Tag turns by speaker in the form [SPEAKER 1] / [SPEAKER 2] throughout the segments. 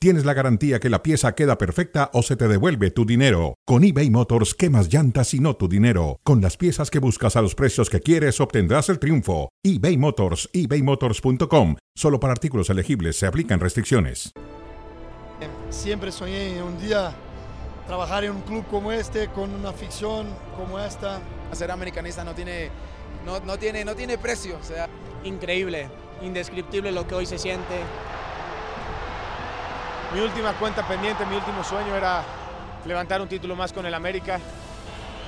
[SPEAKER 1] tienes la garantía que la pieza queda perfecta o se te devuelve tu dinero. Con eBay Motors, quemas llantas y no tu dinero. Con las piezas que buscas a los precios que quieres, obtendrás el triunfo. eBay Motors, ebaymotors.com. Solo para artículos elegibles se aplican restricciones.
[SPEAKER 2] Siempre soñé un día trabajar en un club como este, con una afición como esta.
[SPEAKER 3] Ser americanista no tiene, no, no tiene, no tiene precio. O sea.
[SPEAKER 4] Increíble, indescriptible lo que hoy se siente
[SPEAKER 5] mi última cuenta pendiente, mi último sueño era levantar un título más con el América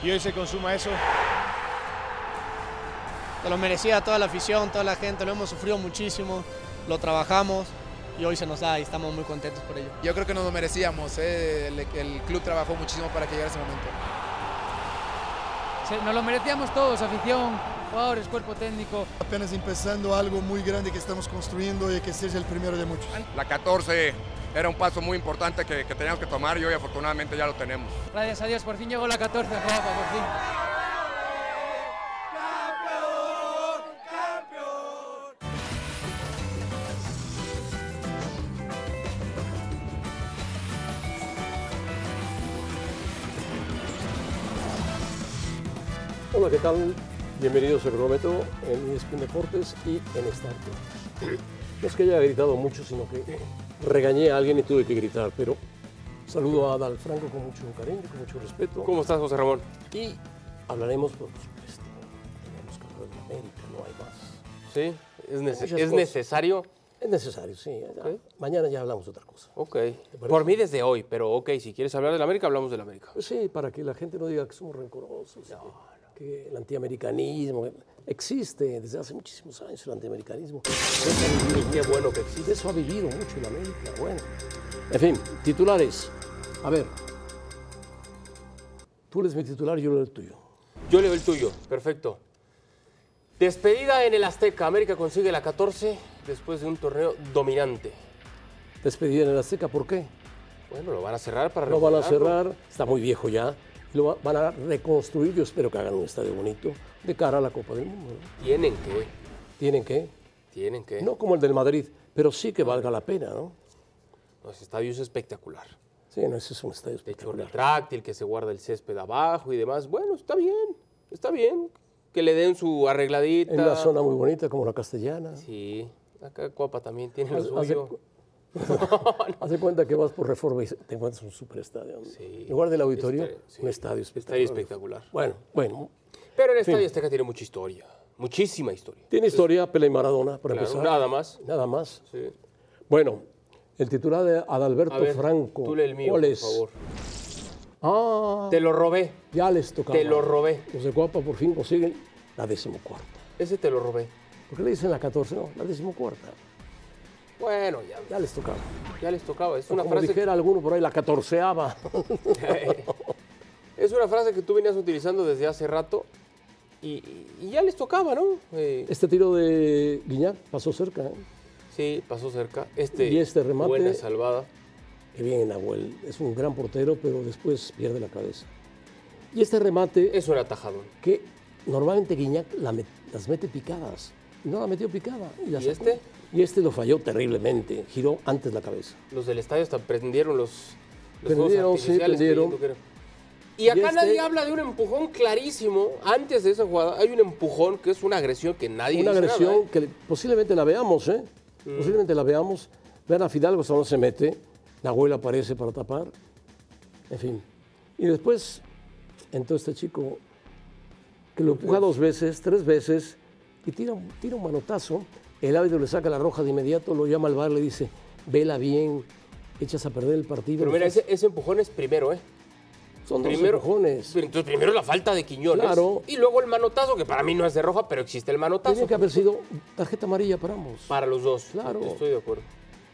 [SPEAKER 5] y hoy se consuma eso.
[SPEAKER 4] Te lo merecía toda la afición, toda la gente, lo hemos sufrido muchísimo, lo trabajamos y hoy se nos da y estamos muy contentos por ello.
[SPEAKER 3] Yo creo que nos lo merecíamos, ¿eh? el, el, club trabajó muchísimo para que llegara ese momento.
[SPEAKER 6] Sí, nos lo merecíamos todos, afición, jugadores, cuerpo técnico.
[SPEAKER 2] Apenas empezando algo muy grande que estamos construyendo y que sea el primero de muchos.
[SPEAKER 7] La 14 era un paso muy importante que, que, teníamos que tomar y hoy afortunadamente ya lo tenemos.
[SPEAKER 6] Gracias a Dios, por fin llegó la 14, Rafa, por fin.
[SPEAKER 8] ¡Campeón! ¡Campeón!
[SPEAKER 9] Hola, ¿qué tal? Bienvenidos a Cronómetro en E ESPN Deportes y en Start. No es que haya gritado mucho, sino que eh, regañé a alguien y tuve que gritar, pero saludo a Adal Franco con mucho cariño, con mucho respeto.
[SPEAKER 10] ¿Cómo estás, José Ramón?
[SPEAKER 9] Y hablaremos, por supuesto, tenemos que hablar de América, no hay más.
[SPEAKER 10] ¿Sí? ¿Es, nece ¿Es necesario?
[SPEAKER 9] Es necesario, sí. ¿Sí? Mañana ya hablamos de otra cosa.
[SPEAKER 10] Ok. Por mí desde hoy, pero ok, si quieres hablar de la América, hablamos de la América.
[SPEAKER 9] Sí, para que la gente no diga que somos rencorosos, no, no. que el antiamericanismo existe desde hace muchísimos años el antiamericanismo.
[SPEAKER 10] Y qué bueno que existe.
[SPEAKER 9] Eso ha vivido mucho en América. Bueno. En fin, titulares. A ver. Tú eres mi titular, yo leo el tuyo.
[SPEAKER 10] Yo leo el tuyo. Perfecto. Despedida en el Azteca. América consigue la 14 después de un torneo dominante.
[SPEAKER 9] Despedida en el Azteca, ¿por qué?
[SPEAKER 10] Bueno, lo van a cerrar para
[SPEAKER 9] Lo van a cerrar. Está muy viejo ya lo van a reconstruir. Yo espero que hagan un estadio bonito de cara a la Copa del Mundo.
[SPEAKER 10] ¿no? Tienen que.
[SPEAKER 9] Tienen que.
[SPEAKER 10] Tienen que.
[SPEAKER 9] No como el del Madrid, pero sí que valga la pena, ¿no?
[SPEAKER 10] no ese estadio es espectacular.
[SPEAKER 9] Sí, no, ese es un estadio espectacular.
[SPEAKER 10] Techo retráctil, que se guarda el césped abajo y demás. Bueno, está bien, está bien. Que le den su arregladita.
[SPEAKER 9] En una zona muy bonita como la castellana.
[SPEAKER 10] Sí, acá Copa también tiene lo suyo.
[SPEAKER 9] Hace cuenta que vas por reforma y te encuentras un superestadio. Sí, en lugar del auditorio, este, sí. un estadio espectacular.
[SPEAKER 10] Estadio espectacular.
[SPEAKER 9] Bueno, bueno.
[SPEAKER 10] Pero el Estadio Azteca tiene mucha historia. Muchísima historia.
[SPEAKER 9] Tiene historia Pelé y Maradona, para
[SPEAKER 10] claro,
[SPEAKER 9] empezar.
[SPEAKER 10] Nada más.
[SPEAKER 9] Nada más.
[SPEAKER 10] Sí.
[SPEAKER 9] Bueno, el titular de Adalberto
[SPEAKER 10] ver,
[SPEAKER 9] Franco.
[SPEAKER 10] Tú lee el mío, ¿cuál es? por favor.
[SPEAKER 9] Ah,
[SPEAKER 10] te lo robé.
[SPEAKER 9] Ya les tocaba.
[SPEAKER 10] Te lo robé.
[SPEAKER 9] Los de Guapa por fin consiguen la decimocuarta.
[SPEAKER 10] Ese te lo robé.
[SPEAKER 9] ¿Por qué le dicen la 14? No, la decimocuarta.
[SPEAKER 10] Bueno, ya,
[SPEAKER 9] ya, les tocaba.
[SPEAKER 10] Ya les tocaba. Es
[SPEAKER 9] o
[SPEAKER 10] una
[SPEAKER 9] como
[SPEAKER 10] frase.
[SPEAKER 9] dijera que... alguno por ahí, la catorceaba.
[SPEAKER 10] es una frase que tú venías utilizando desde hace rato y, y ya les tocaba, ¿no?
[SPEAKER 9] Eh... Este tiro de Guiñac pasó cerca. ¿eh?
[SPEAKER 10] Sí, pasó cerca. Este,
[SPEAKER 9] y este remate.
[SPEAKER 10] Buena salvada.
[SPEAKER 9] Qué bien, Nahuel. Es un gran portero, pero después pierde la cabeza. Y este remate.
[SPEAKER 10] Es un atajadón.
[SPEAKER 9] Que normalmente Guiñac la met... las mete picadas. No la metió picada.
[SPEAKER 10] ¿Y,
[SPEAKER 9] la
[SPEAKER 10] ¿Y este?
[SPEAKER 9] Y este lo falló terriblemente, giró antes la cabeza.
[SPEAKER 10] Los del estadio hasta prendieron los, los
[SPEAKER 9] prendieron, sí, prendieron.
[SPEAKER 10] Y acá y este... nadie habla de un empujón clarísimo. Antes de esa jugada hay un empujón que es una agresión que nadie
[SPEAKER 9] Una
[SPEAKER 10] dice
[SPEAKER 9] agresión
[SPEAKER 10] nada, ¿eh?
[SPEAKER 9] que posiblemente la veamos, ¿eh? Mm. Posiblemente la veamos. Vean a Fidalgo hasta donde se mete. La abuela aparece para tapar. En fin. Y después entró este chico que lo empuja dos veces, tres veces y tira, tira un manotazo. El árbitro le saca la roja de inmediato, lo llama al bar, le dice, vela bien, echas a perder el partido.
[SPEAKER 10] Pero mira, ese, ese empujón es primero, ¿eh?
[SPEAKER 9] Son pues, dos primero, empujones.
[SPEAKER 10] Entonces, primero la falta de Quiñones.
[SPEAKER 9] Claro.
[SPEAKER 10] Y luego el manotazo, que para mí no es de roja, pero existe el manotazo.
[SPEAKER 9] Tiene que haber sido tarjeta amarilla para ambos.
[SPEAKER 10] Para los dos.
[SPEAKER 9] Claro.
[SPEAKER 10] Estoy de acuerdo.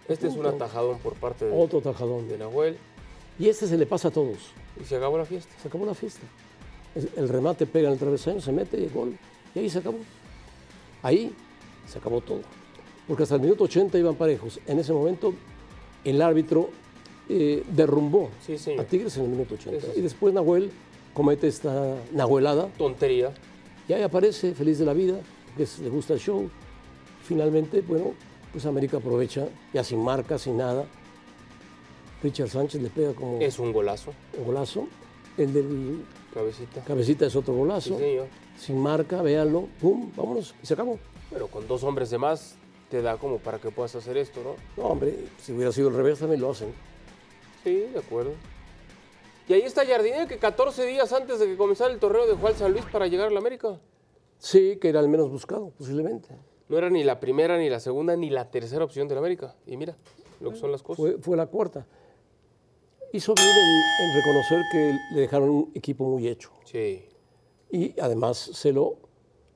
[SPEAKER 10] Este es un atajadón por parte de,
[SPEAKER 9] Otro atajadón.
[SPEAKER 10] de Nahuel.
[SPEAKER 9] Y este se le pasa a todos.
[SPEAKER 10] Y se acabó la fiesta.
[SPEAKER 9] Se acabó la fiesta. El remate pega en el travesaño, se mete y el gol. Y ahí se acabó. Ahí se acabó todo. porque hasta el minuto 80 iban parejos. En ese momento el árbitro eh, derrumbó
[SPEAKER 10] Sí, señor.
[SPEAKER 9] a Tigres en el minuto 80.
[SPEAKER 10] Sí, sí, sí.
[SPEAKER 9] Y después Nahuel comete esta nahuelada
[SPEAKER 10] Tontería.
[SPEAKER 9] y ahí aparece feliz de la vida, que es- le gusta el show. Finalmente, bueno, pues América aprovecha, ya sin marca, sin nada. Richard Sánchez le pega como
[SPEAKER 10] Es un golazo.
[SPEAKER 9] un golazo. El del
[SPEAKER 10] Cabecita.
[SPEAKER 9] cabecita es otro
[SPEAKER 10] Sí,
[SPEAKER 9] golazo.
[SPEAKER 10] señor.
[SPEAKER 9] sin marca, véanlo, pum, vámonos, y se acabó.
[SPEAKER 10] Pero con dos hombres de más te da como para que puedas hacer esto, ¿no?
[SPEAKER 9] No, hombre, si hubiera sido el revés también lo hacen.
[SPEAKER 10] Sí, de acuerdo. Y ahí está Jardinel, que 14 días antes de que comenzara el torneo dejó al San Luis para llegar a la América.
[SPEAKER 9] Sí, que era el menos buscado, posiblemente.
[SPEAKER 10] No era ni la primera, ni la segunda, ni la tercera opción de la América. Y mira lo que son las cosas.
[SPEAKER 9] Fue, fue la cuarta. Hizo bien en, en reconocer que le dejaron un equipo muy hecho.
[SPEAKER 10] Sí,
[SPEAKER 9] Y además se lo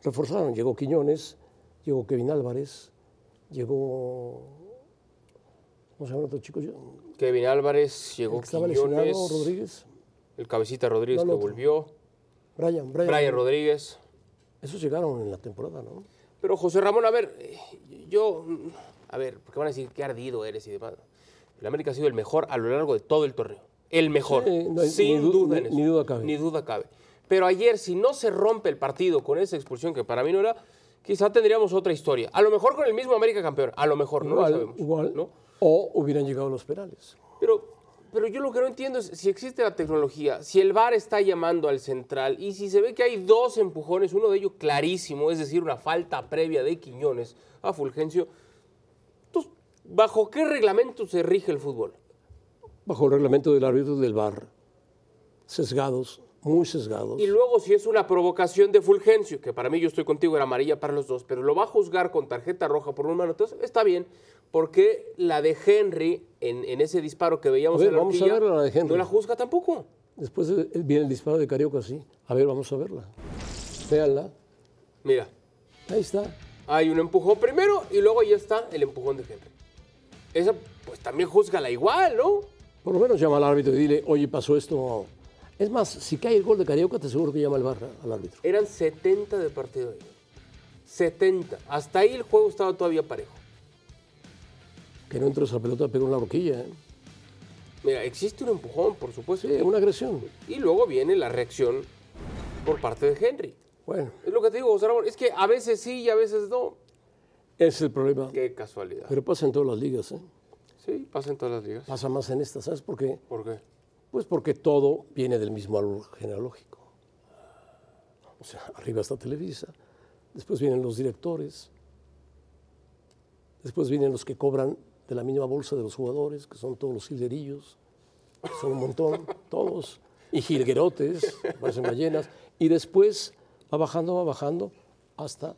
[SPEAKER 9] reforzaron. Llegó Quiñones, llegó Kevin Álvarez, llegó... ¿Cómo se llama el otro chico? El
[SPEAKER 10] Kevin Álvarez, llegó
[SPEAKER 9] que Estaba
[SPEAKER 10] Quiñones,
[SPEAKER 9] lesionado, Rodríguez.
[SPEAKER 10] el Cabecita
[SPEAKER 9] No,
[SPEAKER 10] Rodríguez
[SPEAKER 9] el
[SPEAKER 10] que
[SPEAKER 9] otro.
[SPEAKER 10] volvió,
[SPEAKER 9] Brian, Brian.
[SPEAKER 10] Brian Rodríguez.
[SPEAKER 9] Esos llegaron en la temporada, ¿no?
[SPEAKER 10] Pero José Ramón, a ver, eh, yo, mm, a ver, porque van a decir qué ardido eres y demás. El América ha sido el mejor a lo largo de todo el torneo. El mejor.
[SPEAKER 9] Sí, no hay-
[SPEAKER 10] sin
[SPEAKER 9] ni du-
[SPEAKER 10] duda.
[SPEAKER 9] ni-
[SPEAKER 10] en eso.
[SPEAKER 9] ni duda cabe.
[SPEAKER 10] Ni duda cabe. Pero ayer, si no se rompe el partido con esa expulsión que para mí no era, quizá tendríamos otra historia. A lo mejor con el mismo América campeón. A lo mejor, no lo
[SPEAKER 9] Igual,
[SPEAKER 10] sabemos.
[SPEAKER 9] igual.
[SPEAKER 10] ¿no?
[SPEAKER 9] O hubieran llegado los penales.
[SPEAKER 10] Pero, pero yo lo que no entiendo es si existe la tecnología, si el VAR está llamando al central y si se ve que hay dos empujones, uno de ellos clarísimo, es decir, una falta previa de Quiñones a Fulgencio. Entonces, ¿bajo qué reglamento se rige el fútbol?
[SPEAKER 9] bajo el reglamento del árbitro del bar, sesgados, muy sesgados.
[SPEAKER 10] Y luego si es una provocación de Fulgencio, que para mí yo estoy contigo, era amarilla para los dos, pero lo va a juzgar con tarjeta roja por un manotazo, está bien, porque la de Henry en, en ese disparo que veíamos
[SPEAKER 9] A ver,
[SPEAKER 10] en la
[SPEAKER 9] vamos a
[SPEAKER 10] horquilla,
[SPEAKER 9] ver la de Henry.
[SPEAKER 10] no la juzga tampoco.
[SPEAKER 9] Después eh, viene el disparo de Carioca, sí. A ver, vamos a verla. Véanla.
[SPEAKER 10] Mira,
[SPEAKER 9] Ahí está.
[SPEAKER 10] Hay un empujón primero y luego ya está el empujón de Henry. Esa, pues también juzgala igual, ¿no?
[SPEAKER 9] Por lo menos llama al árbitro y dile, oye, pasó esto. Es más, si cae el gol de Carioca, te aseguro que llama el bar al árbitro.
[SPEAKER 10] Eran 70 de partido. 70. Hasta ahí el juego estaba todavía parejo.
[SPEAKER 9] Que no entró esa pelota, pegó en la horquilla. ¿eh?
[SPEAKER 10] Mira, existe un empujón, por supuesto.
[SPEAKER 9] Sí, una agresión.
[SPEAKER 10] Y luego viene la reacción por parte de Henry.
[SPEAKER 9] Bueno,
[SPEAKER 10] Es lo que te digo, José Ramón. Es que a veces sí y a veces no.
[SPEAKER 9] ese es el problema.
[SPEAKER 10] Qué casualidad.
[SPEAKER 9] Pero pasa en todas las ligas. ¿eh?
[SPEAKER 10] Sí, pasa en todas las ligas.
[SPEAKER 9] Pasa más en esta, ¿sabes por qué?
[SPEAKER 10] ¿Por qué?
[SPEAKER 9] Pues porque todo viene del mismo árbol genealógico. O sea, arriba está Televisa, después vienen los directores, después vienen los que cobran de la misma bolsa de los jugadores, que son todos los hilderillos, que son un montón, todos, y jilguerotes, que parecen ballenas, y después va bajando, va bajando, hasta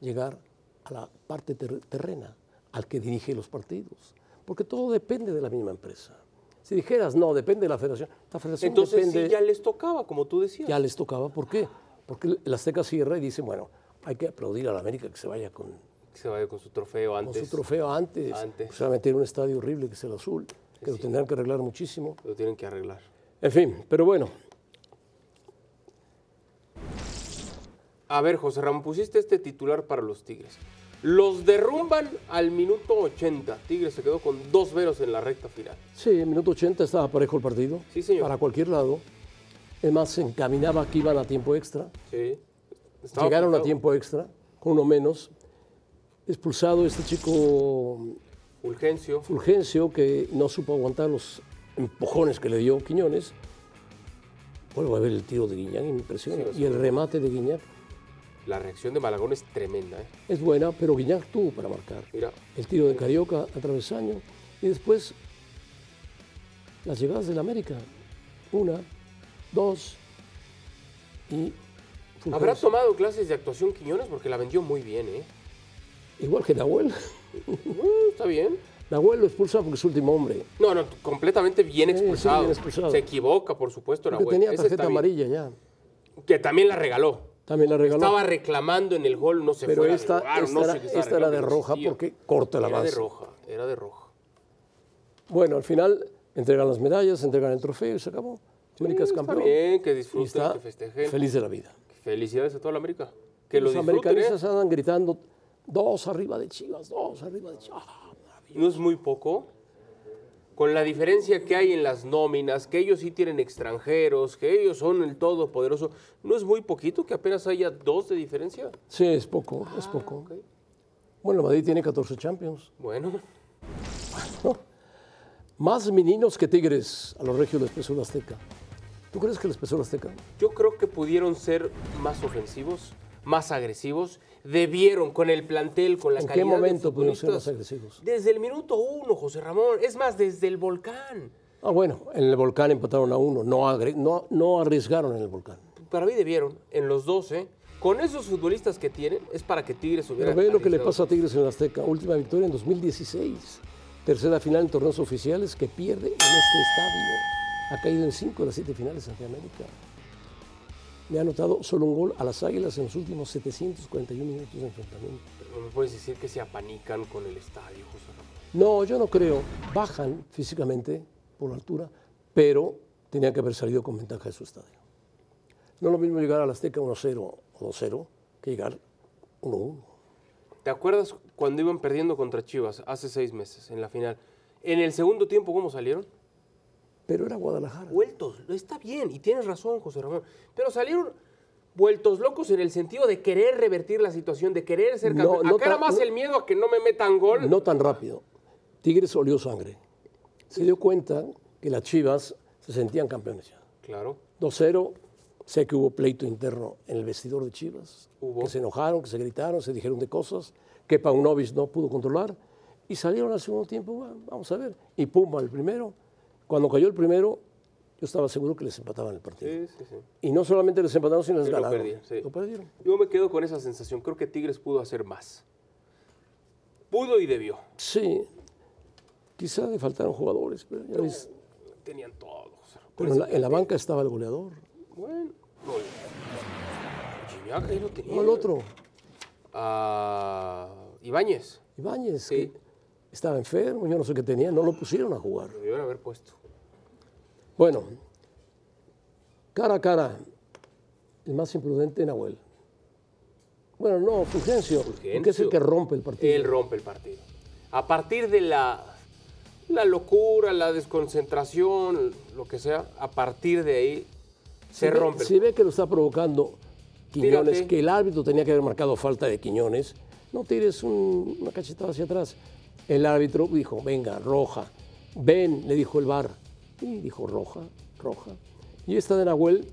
[SPEAKER 9] llegar a la parte ter- terrena, al que dirige los partidos, porque todo depende de la misma empresa. Si dijeras, no, depende de la federación, esta federación
[SPEAKER 10] Entonces
[SPEAKER 9] depende
[SPEAKER 10] sí ya les tocaba, como tú decías.
[SPEAKER 9] ya les tocaba. ¿Por qué? Porque el Azteca cierra y dice, bueno, hay que aplaudir a la América que se vaya con, con
[SPEAKER 10] Que se vaya con su trofeo antes.
[SPEAKER 9] su trofeo antes. pues,
[SPEAKER 10] Antes.
[SPEAKER 9] Se va a meter en un estadio horrible que es el azul, que lo tendrán que arreglar muchísimo.
[SPEAKER 10] Lo tienen que arreglar.
[SPEAKER 9] En fin, pero bueno,
[SPEAKER 10] A ver, José Ramón, pusiste este titular para los Tigres. Los derrumban al minuto 80. Tigres se quedó con dos veros en la recta final.
[SPEAKER 9] sí, en minuto 80 estaba parejo el partido.
[SPEAKER 10] Sí, señor.
[SPEAKER 9] Para cualquier lado. Es más, se encaminaba que iban a tiempo extra.
[SPEAKER 10] Sí. Estaba
[SPEAKER 9] Llegaron
[SPEAKER 10] apretado.
[SPEAKER 9] a tiempo extra, con uno menos. Expulsado este chico
[SPEAKER 10] Fulgencio.
[SPEAKER 9] Fulgencio, que no supo aguantar los empujones que le dio Quiñones. Vuelvo a ver el tiro de Guiñac, y me impresiona. y el remate de Guiñac
[SPEAKER 10] La reacción de Malagón es tremenda, ¿eh?
[SPEAKER 9] es buena, pero Guiñac tuvo para marcar.
[SPEAKER 10] Mira,
[SPEAKER 9] El tiro de Carioca a travesaño. Y después las llegadas del América. Una, dos y Fulgencio.
[SPEAKER 10] habrá tomado clases de actuación Quiñones porque la vendió muy bien, ¿eh?
[SPEAKER 9] Igual que Nahuel.
[SPEAKER 10] Mm, está bien.
[SPEAKER 9] Nahuel lo expulsa porque es último hombre.
[SPEAKER 10] No, no, completamente bien
[SPEAKER 9] Sí, sí,
[SPEAKER 10] expulsado.
[SPEAKER 9] bien expulsado.
[SPEAKER 10] Se equivoca, por supuesto,
[SPEAKER 9] Porque
[SPEAKER 10] Nahuel.
[SPEAKER 9] tenía
[SPEAKER 10] Ese
[SPEAKER 9] tarjeta
[SPEAKER 10] está bien.
[SPEAKER 9] amarilla ya.
[SPEAKER 10] Que también la regaló.
[SPEAKER 9] También la regaló.
[SPEAKER 10] Estaba reclamando en el gol, no se
[SPEAKER 9] Pero
[SPEAKER 10] fuera de
[SPEAKER 9] esta,
[SPEAKER 10] lugar, o
[SPEAKER 9] esta
[SPEAKER 10] no sé
[SPEAKER 9] era,
[SPEAKER 10] qué estaba
[SPEAKER 9] esta era de
[SPEAKER 10] reclamando,
[SPEAKER 9] roja
[SPEAKER 10] existía.
[SPEAKER 9] porque corta la
[SPEAKER 10] Era de
[SPEAKER 9] base.
[SPEAKER 10] roja, era de roja.
[SPEAKER 9] Bueno, al final entregan las medallas, entregan el trofeo y se acabó. América es campeón.
[SPEAKER 10] Está bien, que
[SPEAKER 9] Y
[SPEAKER 10] disfruten,
[SPEAKER 9] está
[SPEAKER 10] que festejen.
[SPEAKER 9] feliz de la vida.
[SPEAKER 10] Felicidades a toda la América. Que lo
[SPEAKER 9] Los
[SPEAKER 10] disfruten. ¿eh?
[SPEAKER 9] americanistas andan gritando Dos arriba de Chivas, dos arriba de Chivas.
[SPEAKER 10] ¿No es muy poco? Con la diferencia que hay en las nóminas, que ellos sí tienen extranjeros, que ellos son el todopoderoso, ¿no es muy poquito que apenas haya dos de diferencia?
[SPEAKER 9] Sí, es poco, es
[SPEAKER 10] Ah,
[SPEAKER 9] poco. Bueno, el Madrid tiene 14 Champions.
[SPEAKER 10] Bueno,
[SPEAKER 9] Más meninos que tigres a los regios les pesó la Azteca. ¿Tú crees que les pesó la Azteca?
[SPEAKER 10] yo creo que pudieron ser más ofensivos, más agresivos, debieron con el plantel, con la
[SPEAKER 9] ¿En qué
[SPEAKER 10] calidad de
[SPEAKER 9] momento pudieron ser más
[SPEAKER 10] futbolistas.
[SPEAKER 9] agresivos?
[SPEAKER 10] Desde el minuto uno, José Ramón, es más, desde el volcán.
[SPEAKER 9] Ah, bueno, en el volcán empataron a uno, no, agre- no, no arriesgaron en el volcán.
[SPEAKER 10] Para mí debieron, en los 12, con esos futbolistas que tienen, es para que Tigres hubiera.
[SPEAKER 9] Pero ve lo que le pasa a Tigres en el Azteca. Última victoria en 2016. Tercera final en torneos oficiales que pierde en este estadio. Ha caído en cinco de las siete finales ante América. Le ha anotado solo un gol a las Águilas en los últimos 741 minutos de enfrentamiento.
[SPEAKER 10] No me puedes decir que se apanican con el estadio, José Ramón.
[SPEAKER 9] No, yo no creo. Bajan físicamente por la altura, pero tenían que haber salido con ventaja de su estadio. No es lo mismo llegar al Azteca 1-0 o 2-0 que llegar 1-1.
[SPEAKER 10] ¿Te acuerdas cuando iban perdiendo contra Chivas hace seis meses en la final? En el segundo tiempo, ¿cómo salieron?
[SPEAKER 9] Pero era Guadalajara.
[SPEAKER 10] Vueltos, lo está bien, y tienes razón, José Ramón. Pero salieron vueltos locos en el sentido de querer revertir la situación, de querer ser
[SPEAKER 9] No,
[SPEAKER 10] campeón.
[SPEAKER 9] no
[SPEAKER 10] Acá era
[SPEAKER 9] tra-
[SPEAKER 10] más
[SPEAKER 9] no-
[SPEAKER 10] el miedo a que no me metan gol.
[SPEAKER 9] No tan rápido. Tigres olió sangre. Se dio cuenta que las Chivas se sentían campeones ya.
[SPEAKER 10] Claro.
[SPEAKER 9] 2-0, sé que hubo pleito interno en el vestidor de Chivas.
[SPEAKER 10] Hubo.
[SPEAKER 9] Que se enojaron, que se gritaron, se dijeron de cosas que Paunovic no pudo controlar. Y salieron al segundo tiempo, "Bueno, vamos a ver. Y pumba, el primero. Cuando cayó el primero, yo estaba seguro que les empataban el partido.
[SPEAKER 10] Sí, sí, sí.
[SPEAKER 9] Y no solamente les empataron, sino les
[SPEAKER 10] Y lo
[SPEAKER 9] ganaron.
[SPEAKER 10] perdí, sí.
[SPEAKER 9] Lo perdieron.
[SPEAKER 10] Yo me quedo con esa sensación. Creo que Tigres pudo hacer más. Pudo y debió.
[SPEAKER 9] Sí. Quizá le faltaron jugadores, pero ya ves.
[SPEAKER 10] Tenían todo. José Ramón.
[SPEAKER 9] Pero en la, en la banca estaba el goleador.
[SPEAKER 10] Bueno, no. Gignac ahí lo tenía.
[SPEAKER 9] No el otro,
[SPEAKER 10] Ah, Ibáñez.
[SPEAKER 9] Ibáñez,
[SPEAKER 10] Sí.
[SPEAKER 9] que estaba enfermo, yo no sé qué tenía, no lo pusieron a jugar.
[SPEAKER 10] Lo debieron haber puesto.
[SPEAKER 9] Bueno, cara a cara, el más imprudente Nahuel. Bueno, no, Fulgencio, que es el
[SPEAKER 10] Fulgencio.
[SPEAKER 9] que rompe el partido.
[SPEAKER 10] Él rompe el partido. A partir de la, la locura, la desconcentración, lo que sea, a partir de ahí se
[SPEAKER 9] ve-
[SPEAKER 10] rompe. el
[SPEAKER 9] Si ve que lo está provocando Quiñones,
[SPEAKER 10] Tírate.
[SPEAKER 9] que el árbitro tenía que haber marcado falta de Quiñones, no tires un- una cachetada hacia atrás. El árbitro dijo, venga, roja, ven, le dijo el bar. Y dijo, roja, roja. Y esta de Nahuel,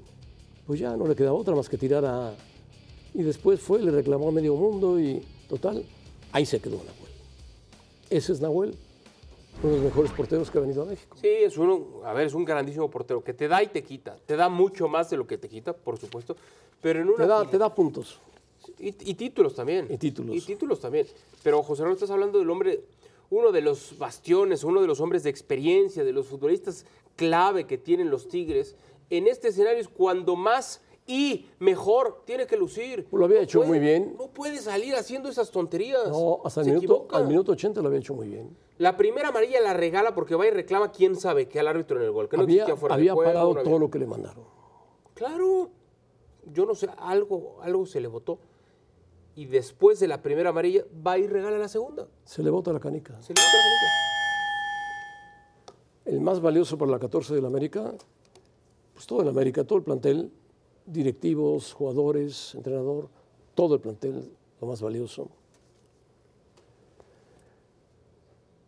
[SPEAKER 9] pues ya no le quedaba otra más que tirar a... Y después fue, le reclamó a medio mundo y total, ahí se quedó Nahuel. Ese es Nahuel, uno de los mejores porteros que ha venido a México.
[SPEAKER 10] Sí, es uno, a ver, es un grandísimo portero que te da y te quita. Te da mucho más de lo que te quita, por supuesto. Pero en una.
[SPEAKER 9] Te da,
[SPEAKER 10] fila-
[SPEAKER 9] te da puntos.
[SPEAKER 10] Y, y títulos también.
[SPEAKER 9] Y títulos.
[SPEAKER 10] Y títulos también. Pero José Ramón, estás hablando del hombre, uno de los bastiones, uno de los hombres de experiencia, de los futbolistas clave que tienen los Tigres. En este escenario es cuando más y mejor tiene que lucir.
[SPEAKER 9] Lo había
[SPEAKER 10] No
[SPEAKER 9] hecho
[SPEAKER 10] puede-
[SPEAKER 9] muy bien.
[SPEAKER 10] No puede salir haciendo esas tonterías.
[SPEAKER 9] No, hasta el
[SPEAKER 10] Se
[SPEAKER 9] minuto,
[SPEAKER 10] equivoca.
[SPEAKER 9] al minuto 80 lo había hecho muy bien.
[SPEAKER 10] La primera amarilla la regala porque va y reclama quién sabe qué al árbitro en el gol. Que no
[SPEAKER 9] había
[SPEAKER 10] existía fuera de
[SPEAKER 9] había
[SPEAKER 10] juego,
[SPEAKER 9] parado
[SPEAKER 10] no había-
[SPEAKER 9] todo lo que le mandaron.
[SPEAKER 10] Claro, yo no sé, algo, algo se le votó. Y después de la primera amarilla, va y regala la segunda.
[SPEAKER 9] Se le bota la canica.
[SPEAKER 10] Se le votó la amarilla.
[SPEAKER 9] El más valioso para la 14 del América, pues todo el América, todo el plantel, directivos, jugadores, entrenador, todo el plantel, lo más valioso.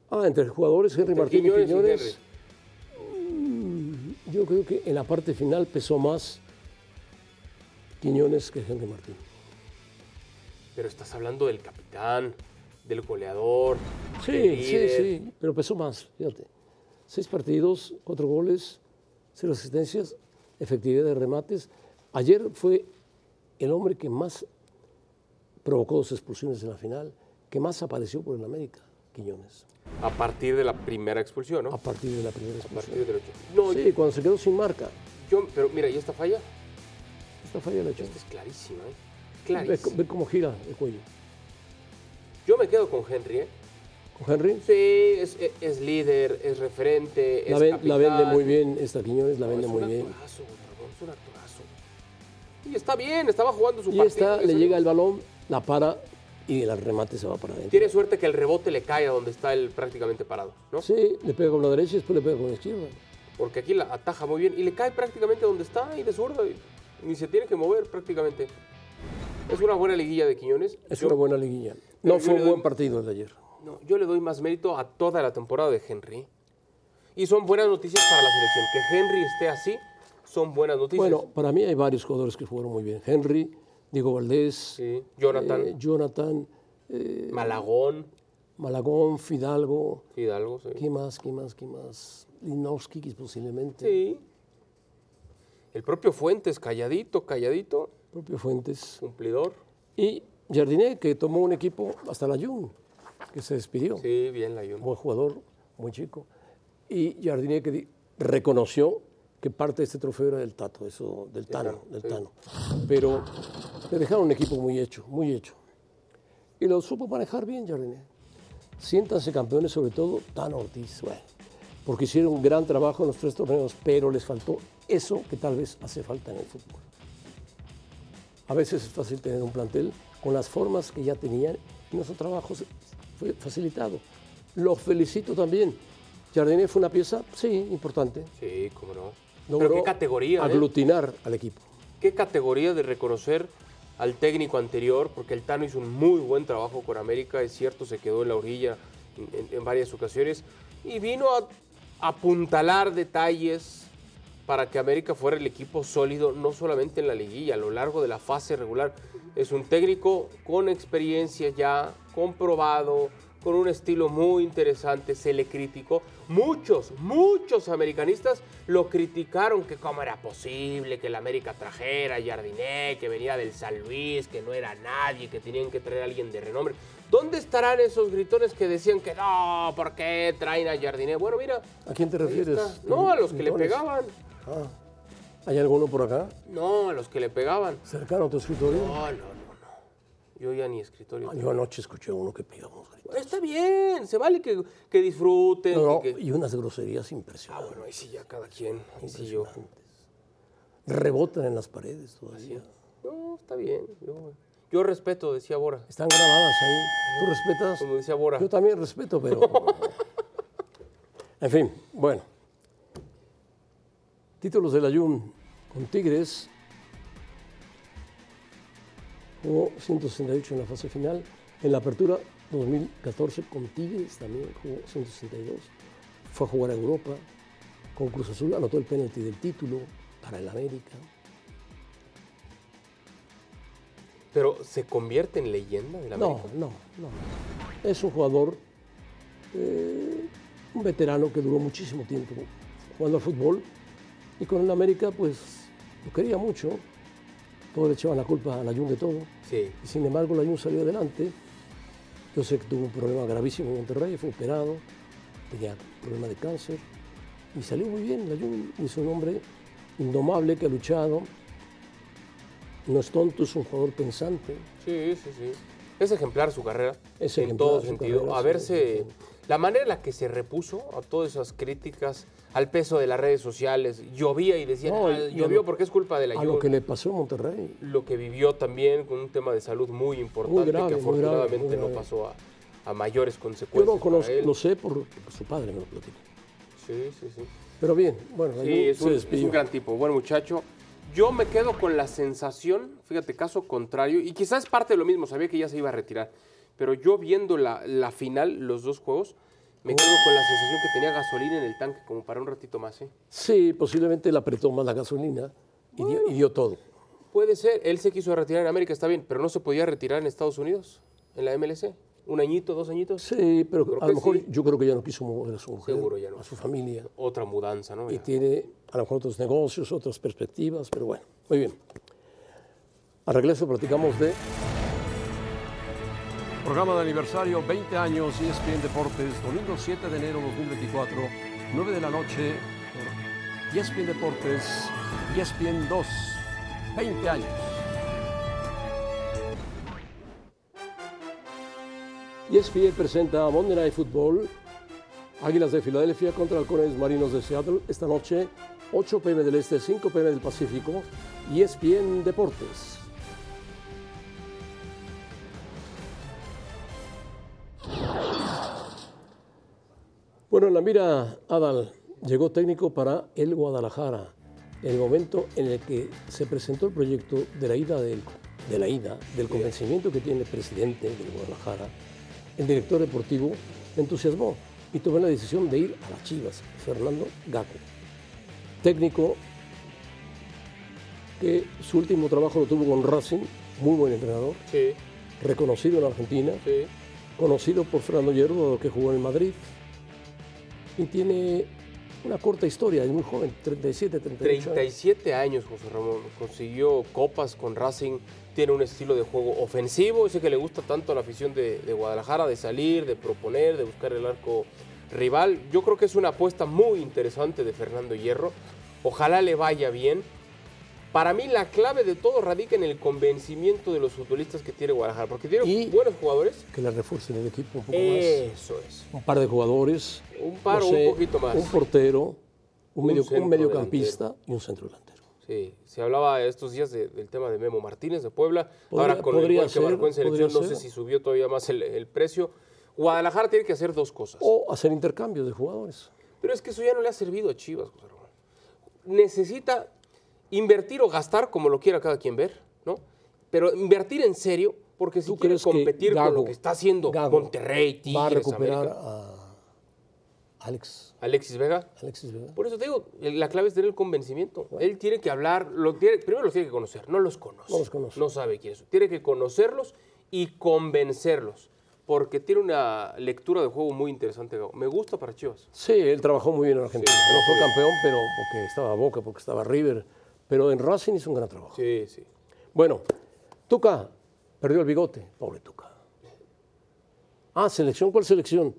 [SPEAKER 9] Ah, entre jugadores, Henry Martín y
[SPEAKER 10] Quiñones y
[SPEAKER 9] Quiñones, yo creo que en la parte final pesó más Quiñones que Henry Martín.
[SPEAKER 10] Pero estás hablando del capitán, del goleador. del
[SPEAKER 9] Sí, sí,
[SPEAKER 10] líder.
[SPEAKER 9] sí, pero pesó más, fíjate. Seis partidos, cuatro goles, cero asistencias, efectividad de remates. Ayer fue el hombre que más provocó dos expulsiones en la final, que más apareció por el América, Quiñones,
[SPEAKER 10] A partir de la primera expulsión, ¿no?
[SPEAKER 9] a
[SPEAKER 10] A
[SPEAKER 9] partir de la primera
[SPEAKER 10] partir
[SPEAKER 9] expulsión.
[SPEAKER 10] del ocho. No,
[SPEAKER 9] Sí, cuando se quedó sin marca.
[SPEAKER 10] yo, pero mira, ¿y esta falla?
[SPEAKER 9] Esta falla la echó.
[SPEAKER 10] Esta Este es clarísima, ¿eh?
[SPEAKER 9] Ve, co-
[SPEAKER 10] Clarísima.
[SPEAKER 9] ve cómo gira el cuello.
[SPEAKER 10] Yo me quedo con Henry, ¿eh?
[SPEAKER 9] Con Henry,
[SPEAKER 10] Sí, es, es- es líder, es referente,
[SPEAKER 9] la,
[SPEAKER 10] es
[SPEAKER 9] ven- la vende
[SPEAKER 10] capitán.
[SPEAKER 9] muy bien, esta Quiñones la vende
[SPEAKER 10] es
[SPEAKER 9] muy
[SPEAKER 10] un
[SPEAKER 9] bien.
[SPEAKER 10] actorazo, güey, Ramón, es un actorazo. Y está bien, estaba jugando su
[SPEAKER 9] Y
[SPEAKER 10] partido.
[SPEAKER 9] esta
[SPEAKER 10] que
[SPEAKER 9] le
[SPEAKER 10] se-
[SPEAKER 9] llega el balón, la para y el remate se va para adentro.
[SPEAKER 10] Tiene suerte que el rebote le cae a donde está él prácticamente parado, ¿no?
[SPEAKER 9] Sí, le pega con la derecha y después le pega con la izquierda.
[SPEAKER 10] Porque aquí la ataja muy bien y le cae prácticamente donde está y de zurda. y Ni se tiene que mover prácticamente. Es una buena liguilla de Quiñones.
[SPEAKER 9] Es
[SPEAKER 10] Yo-
[SPEAKER 9] una buena liguilla.
[SPEAKER 10] Pero
[SPEAKER 9] No
[SPEAKER 10] yo
[SPEAKER 9] fue
[SPEAKER 10] le
[SPEAKER 9] un
[SPEAKER 10] doy-
[SPEAKER 9] buen partido el de ayer.
[SPEAKER 10] No, yo le doy más mérito a toda la temporada de Henry. Y son buenas noticias para la selección. Que Henry esté así, son buenas noticias.
[SPEAKER 9] Bueno, para mí hay varios jugadores que jugaron muy bien. Henry, Diego Valdés,
[SPEAKER 10] Sí, Jonathan,
[SPEAKER 9] eh, Jonathan, eh,
[SPEAKER 10] Malagón,
[SPEAKER 9] Malagón, Fidalgo,
[SPEAKER 10] Hidalgo. sí.
[SPEAKER 9] ¿qué más, qué más, qué más? Linowski quis- posiblemente,
[SPEAKER 10] Sí. Este, El propio Fuentes, calladito, calladito,
[SPEAKER 9] propio Fuentes.
[SPEAKER 10] cumplidor.
[SPEAKER 9] Y Jardiné, que tomó un equipo hasta la Jun, que se despidió.
[SPEAKER 10] Sí, bien la Jun.
[SPEAKER 9] Buen jugador, muy chico. Y Jardiné que di- reconoció que parte de este trofeo era del Tato, eso, del Tano, del
[SPEAKER 10] sí.
[SPEAKER 9] Tano. Pero le dejaron un equipo muy hecho, muy hecho. Y lo supo manejar bien Jardiné. Siéntanse campeones, sobre todo Tano Ortiz, bueno, porque hicieron un gran trabajo en los tres torneos, pero les faltó eso que tal vez hace falta en el fútbol. A veces es fácil tener un plantel con las formas que ya tenían y nuestro trabajo se- fue facilitado. Los felicito también. Jardiné fue una pieza, sí, importante.
[SPEAKER 10] Sí, cómo no. Pero
[SPEAKER 9] Logró
[SPEAKER 10] qué categoría. ¿eh?
[SPEAKER 9] Aglutinar al equipo.
[SPEAKER 10] qué categoría de reconocer al técnico anterior, porque el Tano hizo un muy buen trabajo con América, es cierto, se quedó en la orilla en, en- en varias ocasiones, y vino a apuntalar detalles para que América fuera el equipo sólido, no solamente en la liguilla, a lo largo de la fase regular. Es un técnico con experiencia ya, comprobado, con un estilo muy interesante, se le criticó. Muchos, muchos americanistas lo criticaron, que cómo era posible que la América trajera a Jardiné, que venía del San Luis, que no era nadie, que tenían que traer a alguien de renombre. ¿Dónde estarán esos gritones que decían que no, ¿por qué traen a Jardiné? Bueno, mira,
[SPEAKER 9] ¿A quién te
[SPEAKER 10] ahí está.
[SPEAKER 9] refieres?
[SPEAKER 10] No, a los que le
[SPEAKER 9] Entonces,
[SPEAKER 10] pegaban.
[SPEAKER 9] ah, ¿Hay alguno por acá?
[SPEAKER 10] No, a los que le pegaban.
[SPEAKER 9] ¿Cercano a tu escritorio?
[SPEAKER 10] No, no, no, no. Yo ya ni escritorio.
[SPEAKER 9] Ah, Yo anoche escuché uno que pegaba unos gritos.
[SPEAKER 10] Está bien, se vale que, que disfruten.
[SPEAKER 9] No, no,
[SPEAKER 10] que- Ah,
[SPEAKER 9] y unas groserías impresionantes.
[SPEAKER 10] Bueno, ahí sí ya cada quien. Ahí sí yo.
[SPEAKER 9] Rebotan en las paredes todavía.
[SPEAKER 10] No, está bien. Yo, yo respeto, decía Bora.
[SPEAKER 9] Están grabadas ahí. ¿Tú respetas?
[SPEAKER 10] Como decía Bora.
[SPEAKER 9] Yo también respeto, pero. en fin, bueno. Títulos del Ayun con Tigres. Jugó 168 en la fase final. En la apertura 2014 con Tigres también jugó 162. Fue a jugar a Europa. Con Cruz Azul anotó el penalti del título para el América.
[SPEAKER 10] Pero se convierte en leyenda de la
[SPEAKER 9] No, no, no. Es un jugador, eh, un veterano que duró muchísimo tiempo jugando al fútbol y con el América pues lo quería mucho. Todos le echaban la culpa a Layún de todo.
[SPEAKER 10] Sí.
[SPEAKER 9] Y sin embargo Layún salió adelante. Yo sé que tuvo un problema gravísimo en Monterrey, fue operado, tenía problema de cáncer y salió muy bien. Layún es un hombre indomable que ha luchado. No es tonto, es un jugador pensante.
[SPEAKER 10] Sí, sí, sí. Es ejemplar su carrera.
[SPEAKER 9] Es
[SPEAKER 10] en
[SPEAKER 9] ejemplar
[SPEAKER 10] todo
[SPEAKER 9] su
[SPEAKER 10] sentido.
[SPEAKER 9] carrera,
[SPEAKER 10] a
[SPEAKER 9] sí,
[SPEAKER 10] verse.
[SPEAKER 9] sí, sí.
[SPEAKER 10] La manera en la que se repuso a todas esas críticas, al peso de las redes sociales, llovía y decía,
[SPEAKER 9] No,
[SPEAKER 10] "Ah,
[SPEAKER 9] y- y a
[SPEAKER 10] llovió
[SPEAKER 9] lo-
[SPEAKER 10] porque es culpa de la
[SPEAKER 9] a lo
[SPEAKER 10] lluvia".
[SPEAKER 9] que le pasó a Monterrey.
[SPEAKER 10] lo que vivió también con un tema de salud muy importante
[SPEAKER 9] grave,
[SPEAKER 10] que
[SPEAKER 9] muy grave,
[SPEAKER 10] afortunadamente
[SPEAKER 9] muy grave.
[SPEAKER 10] no pasó a, a mayores
[SPEAKER 9] Yo
[SPEAKER 10] consecuencias.
[SPEAKER 9] lo, conozco,
[SPEAKER 10] Pues para él.
[SPEAKER 9] lo sé por por su padre, me lo platicó.
[SPEAKER 10] Sí, sí, sí.
[SPEAKER 9] Pero bien, bueno,
[SPEAKER 10] Sí,
[SPEAKER 9] Layún
[SPEAKER 10] es
[SPEAKER 9] se
[SPEAKER 10] un, es un
[SPEAKER 9] despidió.
[SPEAKER 10] gran tipo, buen muchacho. Yo me quedo con la sensación, fíjate, caso contrario, y quizás parte de lo mismo, sabía que ya se iba a retirar, pero yo viendo la, la final, los dos juegos, me quedo con la sensación que tenía gasolina en el tanque como para un ratito más. ¿eh?
[SPEAKER 9] Sí, posiblemente le apretó más la gasolina y, dio, y dio todo.
[SPEAKER 10] Puede ser, él se quiso retirar en América, está bien, pero no se podía retirar en Estados Unidos, en la MLC. Un añito, dos añitos.
[SPEAKER 9] Sí, pero
[SPEAKER 10] Creo
[SPEAKER 9] a
[SPEAKER 10] que
[SPEAKER 9] lo mejor
[SPEAKER 10] sí.
[SPEAKER 9] yo creo que ya no quiso mover a su mujer,
[SPEAKER 10] Seguro ya no.
[SPEAKER 9] a su familia.
[SPEAKER 10] Otra mudanza, ¿no?
[SPEAKER 9] Y
[SPEAKER 10] Ya.
[SPEAKER 9] tiene a lo mejor otros negocios, otras perspectivas, pero bueno, muy bien. Al regreso platicamos de...
[SPEAKER 11] Programa de aniversario 20 años ESPN Deportes, domingo 7 de enero 2024, 9 de la noche, por E ESPN Deportes, E ESPN 2, 20 años.
[SPEAKER 9] ESPN presenta Monday Night Football, Águilas de Filadelfia contra Halcones Marinos de Seattle, esta noche 8 pm del Este, 5 pm del Pacífico, ESPN Deportes. Bueno, en la mira, Adal, llegó técnico para el Guadalajara, en el momento en el que se presentó el proyecto de la ida del, de la ida, del convencimiento que tiene el presidente del Guadalajara, el director deportivo entusiasmó y tomó la decisión de ir a las Chivas, Fernando Gaco, técnico que su último trabajo lo tuvo con Racing, muy buen entrenador,
[SPEAKER 10] Sí,
[SPEAKER 9] reconocido en Argentina,
[SPEAKER 10] sí.
[SPEAKER 9] conocido por Fernando Hierro, que jugó en Madrid, y tiene una corta historia, es muy joven, 37, 38 años.
[SPEAKER 10] 37 años, José Ramón. Consiguió copas con Racing. Tiene un estilo de juego ofensivo, ese que le gusta tanto a la afición de, de Guadalajara, de salir, de proponer, de buscar el arco rival. Yo creo que es una apuesta muy interesante de Fernando Hierro. Ojalá le vaya bien. Para mí la clave de todo radica en el convencimiento de los futbolistas que tiene Guadalajara, porque tiene buenos jugadores.
[SPEAKER 9] Que le refuercen el equipo un poco más.
[SPEAKER 10] Eso es.
[SPEAKER 9] Un par de jugadores.
[SPEAKER 10] Eh. Un par o un poquito más.
[SPEAKER 9] Un portero, un,
[SPEAKER 10] Un
[SPEAKER 9] medio- un
[SPEAKER 10] centro
[SPEAKER 9] mediocampista y un centro delantero.
[SPEAKER 10] Sí, se hablaba estos días de- del tema de Memo Martínez de Puebla.
[SPEAKER 9] Podría-
[SPEAKER 10] Ahora con el
[SPEAKER 9] podría
[SPEAKER 10] gol que
[SPEAKER 9] ser,
[SPEAKER 10] marcó en selección,
[SPEAKER 9] podría
[SPEAKER 10] no sé
[SPEAKER 9] ser.
[SPEAKER 10] si subió todavía más el, el precio. Guadalajara tiene que hacer dos cosas.
[SPEAKER 9] O hacer intercambios de jugadores.
[SPEAKER 10] Pero es que eso ya no le ha servido a Chivas, José Ramón. Necesita invertir o gastar, como lo quiera cada quien ver, ¿no? Pero invertir en serio, porque si quiere
[SPEAKER 9] crees que
[SPEAKER 10] competir con lo
[SPEAKER 9] Gago-
[SPEAKER 10] que está haciendo
[SPEAKER 9] Gago
[SPEAKER 10] Monterrey, Tigres,
[SPEAKER 9] Va a recuperar
[SPEAKER 10] América.
[SPEAKER 9] a Alex.
[SPEAKER 10] Alexis Vega.
[SPEAKER 9] Alexis Vega.
[SPEAKER 10] Por eso te digo, el- la clave es tener el convencimiento. Él tiene que hablar, lo tiene- primero los tiene que conocer, no los conoce.
[SPEAKER 9] No los conoce.
[SPEAKER 10] No sabe quiénes son. Tiene que conocerlos y convencerlos, porque tiene una lectura de juego muy interesante. Gabo. Me gusta para Chivas.
[SPEAKER 9] Sí, él trabajó muy bien en Argentina. no fue campeón, pero porque estaba Boca, porque estaba River. Pero en Racing hizo un gran trabajo.
[SPEAKER 10] Sí, sí.
[SPEAKER 9] Bueno, Tuca perdió el bigote. Pobre Tuca. Ah, selección, ¿cuál selección?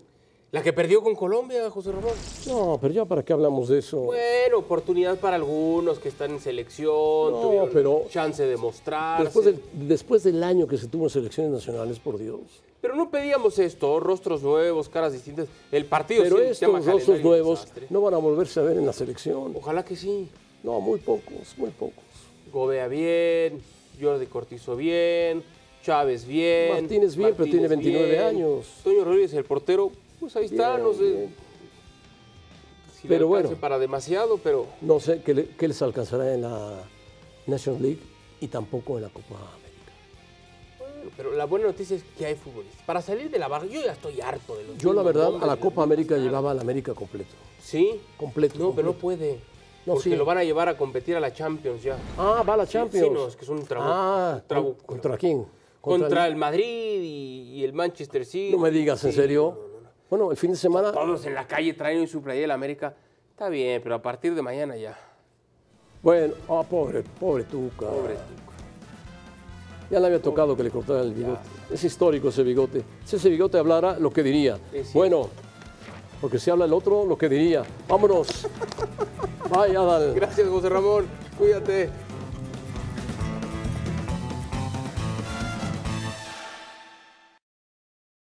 [SPEAKER 10] La que perdió con Colombia, José Ramón.
[SPEAKER 9] No, pero ya para qué hablamos de eso.
[SPEAKER 10] Bueno, oportunidad para algunos que están en selección,
[SPEAKER 9] No,
[SPEAKER 10] tuvieron
[SPEAKER 9] pero-
[SPEAKER 10] chance de mostrarse.
[SPEAKER 9] Después del, después del año que se tuvo en selecciones nacionales, por Dios.
[SPEAKER 10] Pero no pedíamos esto, rostros nuevos, caras distintas. El partido
[SPEAKER 9] Pero
[SPEAKER 10] sí, el tema
[SPEAKER 9] estos
[SPEAKER 10] calendario
[SPEAKER 9] rostros
[SPEAKER 10] es un
[SPEAKER 9] nuevos
[SPEAKER 10] desastre.
[SPEAKER 9] no van a volverse a ver en la selección.
[SPEAKER 10] Ojalá que sí.
[SPEAKER 9] No, muy pocos, muy pocos.
[SPEAKER 10] Gobea bien, Jordi Cortizo bien, Chávez bien.
[SPEAKER 9] Martínez bien, pero tiene 29 años.
[SPEAKER 10] Toño Rodríguez, el portero, pues ahí está,
[SPEAKER 9] Bien,
[SPEAKER 10] no sé
[SPEAKER 9] bien.
[SPEAKER 10] si le
[SPEAKER 9] Pero
[SPEAKER 10] alcance
[SPEAKER 9] bueno.
[SPEAKER 10] para demasiado, pero
[SPEAKER 9] No sé qué, le- qué les alcanzará en la National League y tampoco en la Copa América.
[SPEAKER 10] pero la buena noticia es que hay futbolistas. Para salir de la barra, yo ya estoy harto de los
[SPEAKER 9] Yo, la
[SPEAKER 10] mismos
[SPEAKER 9] verdad,
[SPEAKER 10] nombres,
[SPEAKER 9] a la
[SPEAKER 10] los
[SPEAKER 9] Copa
[SPEAKER 10] mismos
[SPEAKER 9] América
[SPEAKER 10] caras.
[SPEAKER 9] llevaba a la América completo.
[SPEAKER 10] Sí.
[SPEAKER 9] Completo.
[SPEAKER 10] No, pero no
[SPEAKER 9] completo.
[SPEAKER 10] puede.
[SPEAKER 9] No,
[SPEAKER 10] porque
[SPEAKER 9] sí.
[SPEAKER 10] lo van a llevar a competir a la Champions ya.
[SPEAKER 9] Ah, va a la
[SPEAKER 10] Sí,
[SPEAKER 9] Champions.
[SPEAKER 10] Sí, no, es que es un trabajo.
[SPEAKER 9] Ah,
[SPEAKER 10] un trabuco.
[SPEAKER 9] ¿con- ¿contra quién?
[SPEAKER 10] Contra, el Madrid y, y el Manchester City.
[SPEAKER 9] No me digas, ¿en
[SPEAKER 10] Sí,
[SPEAKER 9] serio? Bueno, el fin de semana
[SPEAKER 10] Todos en la calle traen hoy su playera de la América. Está bien, pero a partir de mañana ya.
[SPEAKER 9] Bueno, ah, pobre, pobre Tuca.
[SPEAKER 10] Pobre Tuca.
[SPEAKER 9] Ya le había tocado que le cortaran el bigote. Es histórico ese bigote. Si ese bigote hablara, lo que diría.
[SPEAKER 10] cierto.
[SPEAKER 9] Bueno, porque si habla el otro, lo que diría. Vámonos. Bye, Adal.
[SPEAKER 10] Gracias, José Ramón. Cuídate.